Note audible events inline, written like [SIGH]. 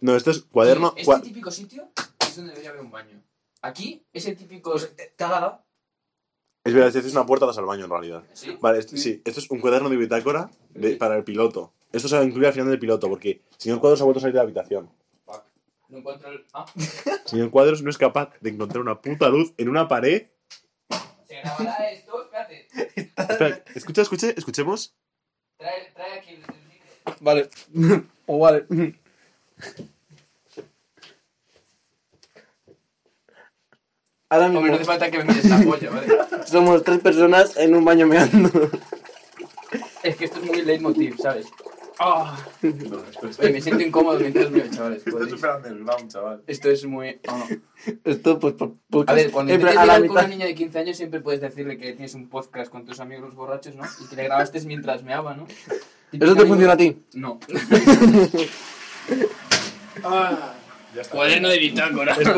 No, esto es cuaderno. Este cua- típico sitio es donde debería haber un baño. Aquí es el típico cagada. Es verdad, esto es una puerta das al baño en realidad. ¿Sí? Vale, esto, sí, esto es un cuaderno de bitácora de- para el piloto. Esto se va a incluir al final del piloto, porque señor Cuadros ha vuelto a salir de la habitación. No encuentro el. Ah, Señor Cuadros no es capaz de encontrar una puta luz en una pared. se grabará esto, espérate. Espera, escucha, escuche, escuchemos. Trae, trae aquí el. el- Vale. [LAUGHS] o vale. Ahora mismo Hombre, no hace falta que me mires la polla, ¿vale? somos tres personas en un baño meando. Es que esto es muy leitmotiv, ¿sabes? Ah. Oye, me siento incómodo mientras veo, chavales. podéis. underground, chaval. Esto es muy. ah. Esto, pues, por A ver, cuando Eh, pero intentes a la llegar con mitad. una niña de 15 años siempre puedes decirle que tienes un podcast con tus amigos borrachos, ¿no? Y que le grabaste mientras meaba, ¿no? ¿Eso te funciona a ti? No. Ya está. Cuaderno de bitácora.